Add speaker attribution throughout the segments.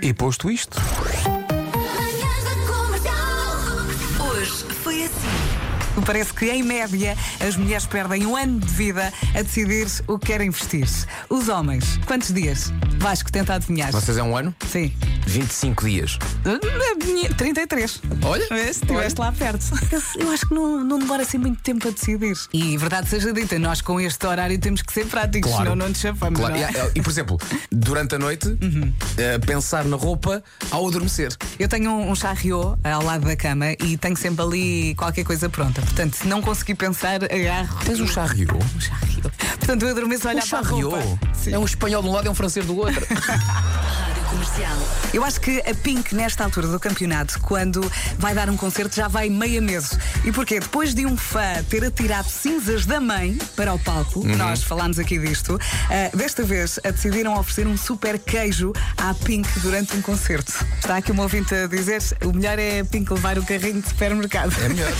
Speaker 1: E posto isto,
Speaker 2: Manhãs da Comercial.
Speaker 3: Hoje foi assim. Parece que, em média, as mulheres perdem um ano de vida a decidir o que querem vestir. Os homens, quantos dias? Vasco, tenta adivinhar.
Speaker 4: Vocês é um ano?
Speaker 3: Sim.
Speaker 4: 25 dias.
Speaker 3: 33.
Speaker 4: Olha,
Speaker 3: Vês? Estiveste lá perto. Eu acho que não, não demora assim muito tempo a decidir. E verdade seja dita, nós com este horário temos que ser práticos,
Speaker 4: Claro.
Speaker 3: senão não nos chafamos.
Speaker 4: Claro.
Speaker 3: não
Speaker 4: E,
Speaker 3: é?
Speaker 4: e, por exemplo, durante a noite, eh, pensar na roupa ao adormecer.
Speaker 3: Eu tenho um, um charriot ao lado da cama e tenho sempre ali qualquer coisa pronta. Portanto, se não conseguir pensar, agarro.
Speaker 4: Tens um charriot?
Speaker 3: Um charriot. Portanto, eu adormeço a olhar
Speaker 4: Um
Speaker 3: para a roupa.
Speaker 4: charriot?
Speaker 3: Sim.
Speaker 4: É um espanhol de um lado e é um francês do outro.
Speaker 3: Eu acho que a Pink, nesta altura do campeonato, quando vai dar um concerto, já vai meia meso. E porquê? Depois de um fã ter atirado cinzas da mãe para o palco,
Speaker 4: Uhum.
Speaker 3: nós falámos aqui disto, ah, desta vez ah, decidiram oferecer um super queijo à Pink durante um concerto. Está aqui uma ouvinte a dizer: o melhor é a Pink levar o carrinho de supermercado.
Speaker 4: É melhor.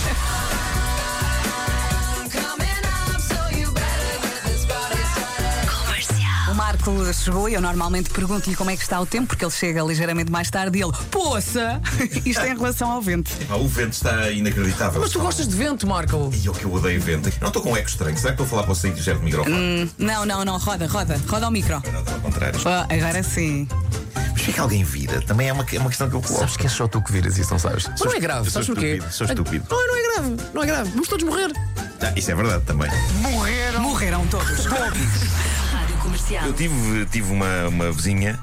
Speaker 3: O Marco chegou e eu normalmente pergunto-lhe como é que está o tempo, porque ele chega ligeiramente mais tarde e ele, poça! Isto é em relação ao vento.
Speaker 5: Ah, o vento está inacreditável.
Speaker 4: Mas tu gostas de vento, Marco?
Speaker 5: E eu que eu odeio vento. Eu Não estou com um eco estranho. Será que estou a falar para você e digere de microfone?
Speaker 4: Hum.
Speaker 3: Não, não, não, roda, roda, roda ao micro.
Speaker 5: Não, está ao contrário.
Speaker 3: Ah, agora sim.
Speaker 5: Mas fica alguém vira. Também é uma, é uma questão que eu coloco.
Speaker 4: que é só tu que viras isso, não sabes? Mas não é grave,
Speaker 5: Sou
Speaker 4: sabes porquê?
Speaker 5: estúpido, sou estúpido.
Speaker 4: Não, é- não é grave, não é grave. Vamos todos morrer.
Speaker 5: Ah, isso é verdade também.
Speaker 3: Morreram todos.
Speaker 5: Eu tive, tive uma, uma vizinha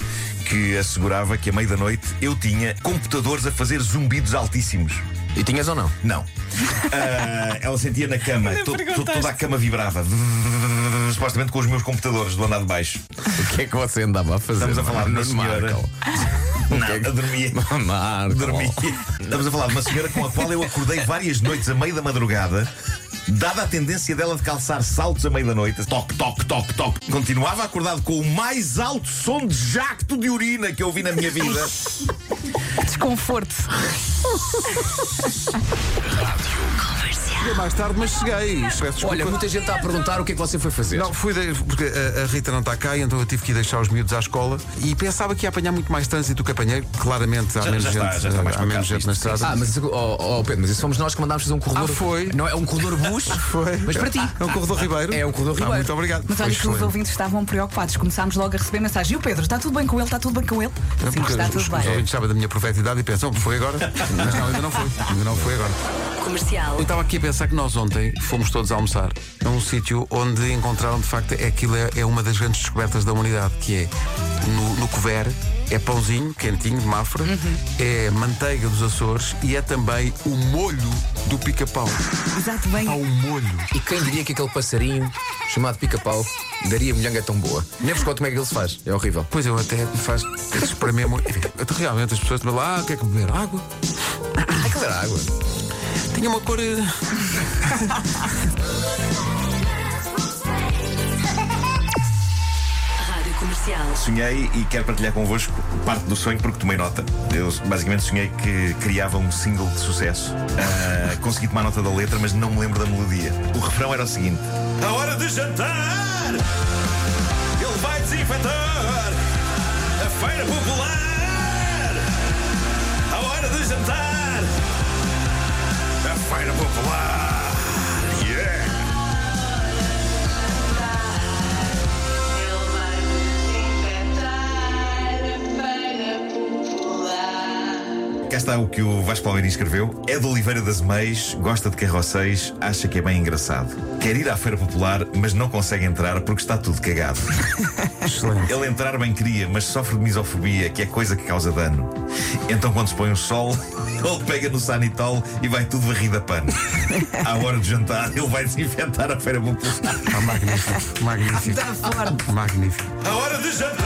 Speaker 5: que assegurava que a meio da noite eu tinha computadores a fazer zumbidos altíssimos.
Speaker 4: E tinhas ou não?
Speaker 5: Não. Ah, ela sentia na cama, to- to- toda a cama vibrava. Supostamente com os meus computadores do andar de baixo.
Speaker 4: O que é que você andava a fazer?
Speaker 5: Estamos a falar de uma
Speaker 4: Nuno
Speaker 5: senhora.
Speaker 4: Marco.
Speaker 5: Não, a dormir.
Speaker 4: Marco.
Speaker 5: Dormi. Estamos a falar de uma senhora com a qual eu acordei várias noites a meio da madrugada. Dada a tendência dela de calçar saltos a meio da noite, toque, toque, toque, toque, continuava acordado com o mais alto som de jacto de urina que eu vi na minha vida.
Speaker 3: Desconforto.
Speaker 6: Cheguei mais tarde, mas cheguei. Peço desculpa.
Speaker 4: Olha, muita gente está a perguntar o que é que você foi fazer.
Speaker 6: Não, fui de- porque eh, a, a Rita não está cá, então eu tive que ir deixar os miúdos à escola e pensava que ia apanhar muito mais trânsito do que apanhei. Claramente há
Speaker 5: Já-
Speaker 6: menos
Speaker 5: já
Speaker 6: gente,
Speaker 5: está- já está mais
Speaker 6: há menos
Speaker 5: marcado
Speaker 6: gente na
Speaker 5: isto.
Speaker 6: estrada.
Speaker 4: Ah, mas isso, oh, oh, Pedro, mas isso fomos nós que mandámos fazer um corredor.
Speaker 6: Ah, foi?
Speaker 4: Não é um corredor bus?
Speaker 6: Foi.
Speaker 4: Ah, Mas para ti.
Speaker 6: É um corredor Ribeiro?
Speaker 4: É um corredor
Speaker 6: Ah,
Speaker 4: Ribeiro.
Speaker 6: muito obrigado.
Speaker 3: Mas
Speaker 6: Foi
Speaker 3: olha que os
Speaker 6: excelente.
Speaker 3: ouvintes estavam preocupados. Começámos logo a receber mensagem. E o Pedro, está tudo bem com ele? Está tudo bem com ele?
Speaker 6: É
Speaker 3: Sim,
Speaker 6: porque
Speaker 3: está
Speaker 6: os,
Speaker 3: tudo
Speaker 6: os
Speaker 3: bem.
Speaker 6: ouvintes sabem da minha perfeita idade e pensam, foi agora? Mas não, ainda não foi. Ainda não foi agora. Eu estava aqui a pensar que nós ontem fomos todos almoçar a um sítio onde encontraram, de facto, é- aquilo é, é uma das grandes descobertas da humanidade, que é no, no couvert, é pãozinho quentinho de Mafra, é manteiga dos Açores e é também o molho do pica-pau.
Speaker 3: Exato, bem.
Speaker 6: Há um molho.
Speaker 4: E quem diria que aquele passarinho chamado pica-pau daria milhanga tão boa? Nem vos conto como é que ele se faz. É horrível.
Speaker 6: Pois eu até faz. Isso para mim é muito. Até Realmente as pessoas estão lá, ah, o que é que beber? Água.
Speaker 4: Aquilo era água. é?
Speaker 6: Tinha uma cor. eh,
Speaker 5: Sonhei e quero partilhar convosco parte do sonho porque tomei nota. Eu basicamente sonhei que criava um single de sucesso. Ah, consegui tomar nota da letra, mas não me lembro da melodia. O refrão era o seguinte: A hora de jantar, ele vai desinfetar a feira popular. A hora de jantar, a feira popular. Yeah! Cá está o que o Vasco Palmeirinho escreveu. É de Oliveira das Meis, gosta de carroceis, acha que é bem engraçado. Quer ir à feira popular, mas não consegue entrar porque está tudo cagado.
Speaker 6: Excelente.
Speaker 5: Ele entrar bem queria, mas sofre de misofobia, que é coisa que causa dano. Então, quando se põe o sol, ele pega no sanitol e vai tudo varrido a pano. À hora de jantar, ele vai desinfetar a feira popular.
Speaker 6: Ah, magnífico. Magnífico. Magnífico.
Speaker 5: A hora de jantar,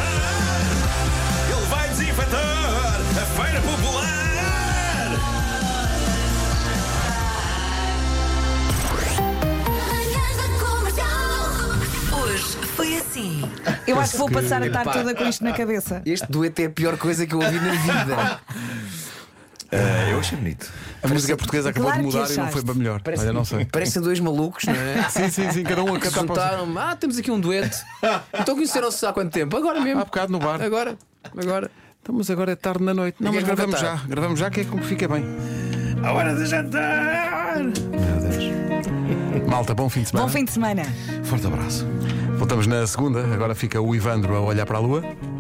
Speaker 5: ele vai desinfetar a feira popular.
Speaker 2: Manhãs da Comercial.
Speaker 3: Eu acho que vou
Speaker 4: Penso
Speaker 3: passar
Speaker 4: que-
Speaker 3: a tarde
Speaker 4: Pá.
Speaker 3: toda com isto na cabeça.
Speaker 4: Este dueto é a pior coisa que eu ouvi na vida.
Speaker 5: Ah, eu achei bonito.
Speaker 6: A música portuguesa acabou
Speaker 3: Claro
Speaker 6: de
Speaker 3: que
Speaker 6: mudar e não
Speaker 3: achaste.
Speaker 6: foi para melhor.
Speaker 4: Parece-
Speaker 6: Olha, não sei.
Speaker 4: Parecem dois malucos, não é?
Speaker 6: Sim, sim, sim, cada um a
Speaker 4: Que se
Speaker 6: cantar para
Speaker 4: juntaram Ah, temos aqui um dueto. Então conheceram-se há quanto tempo? Agora mesmo.
Speaker 6: Há bocado no bar.
Speaker 4: Agora. Agora.
Speaker 6: Então, mas agora é tarde na noite. Não,
Speaker 4: Ninguém
Speaker 6: mas
Speaker 4: vai
Speaker 6: gravamos já.
Speaker 4: cantar.
Speaker 6: Gravamos já que é como fica bem.
Speaker 5: A hora de jantar! Meu Deus.
Speaker 6: Malta, bom fim de semana.
Speaker 3: Bom fim de semana.
Speaker 5: Forte abraço.
Speaker 6: Voltamos na segunda. Agora fica o Ivandro a olhar para a lua.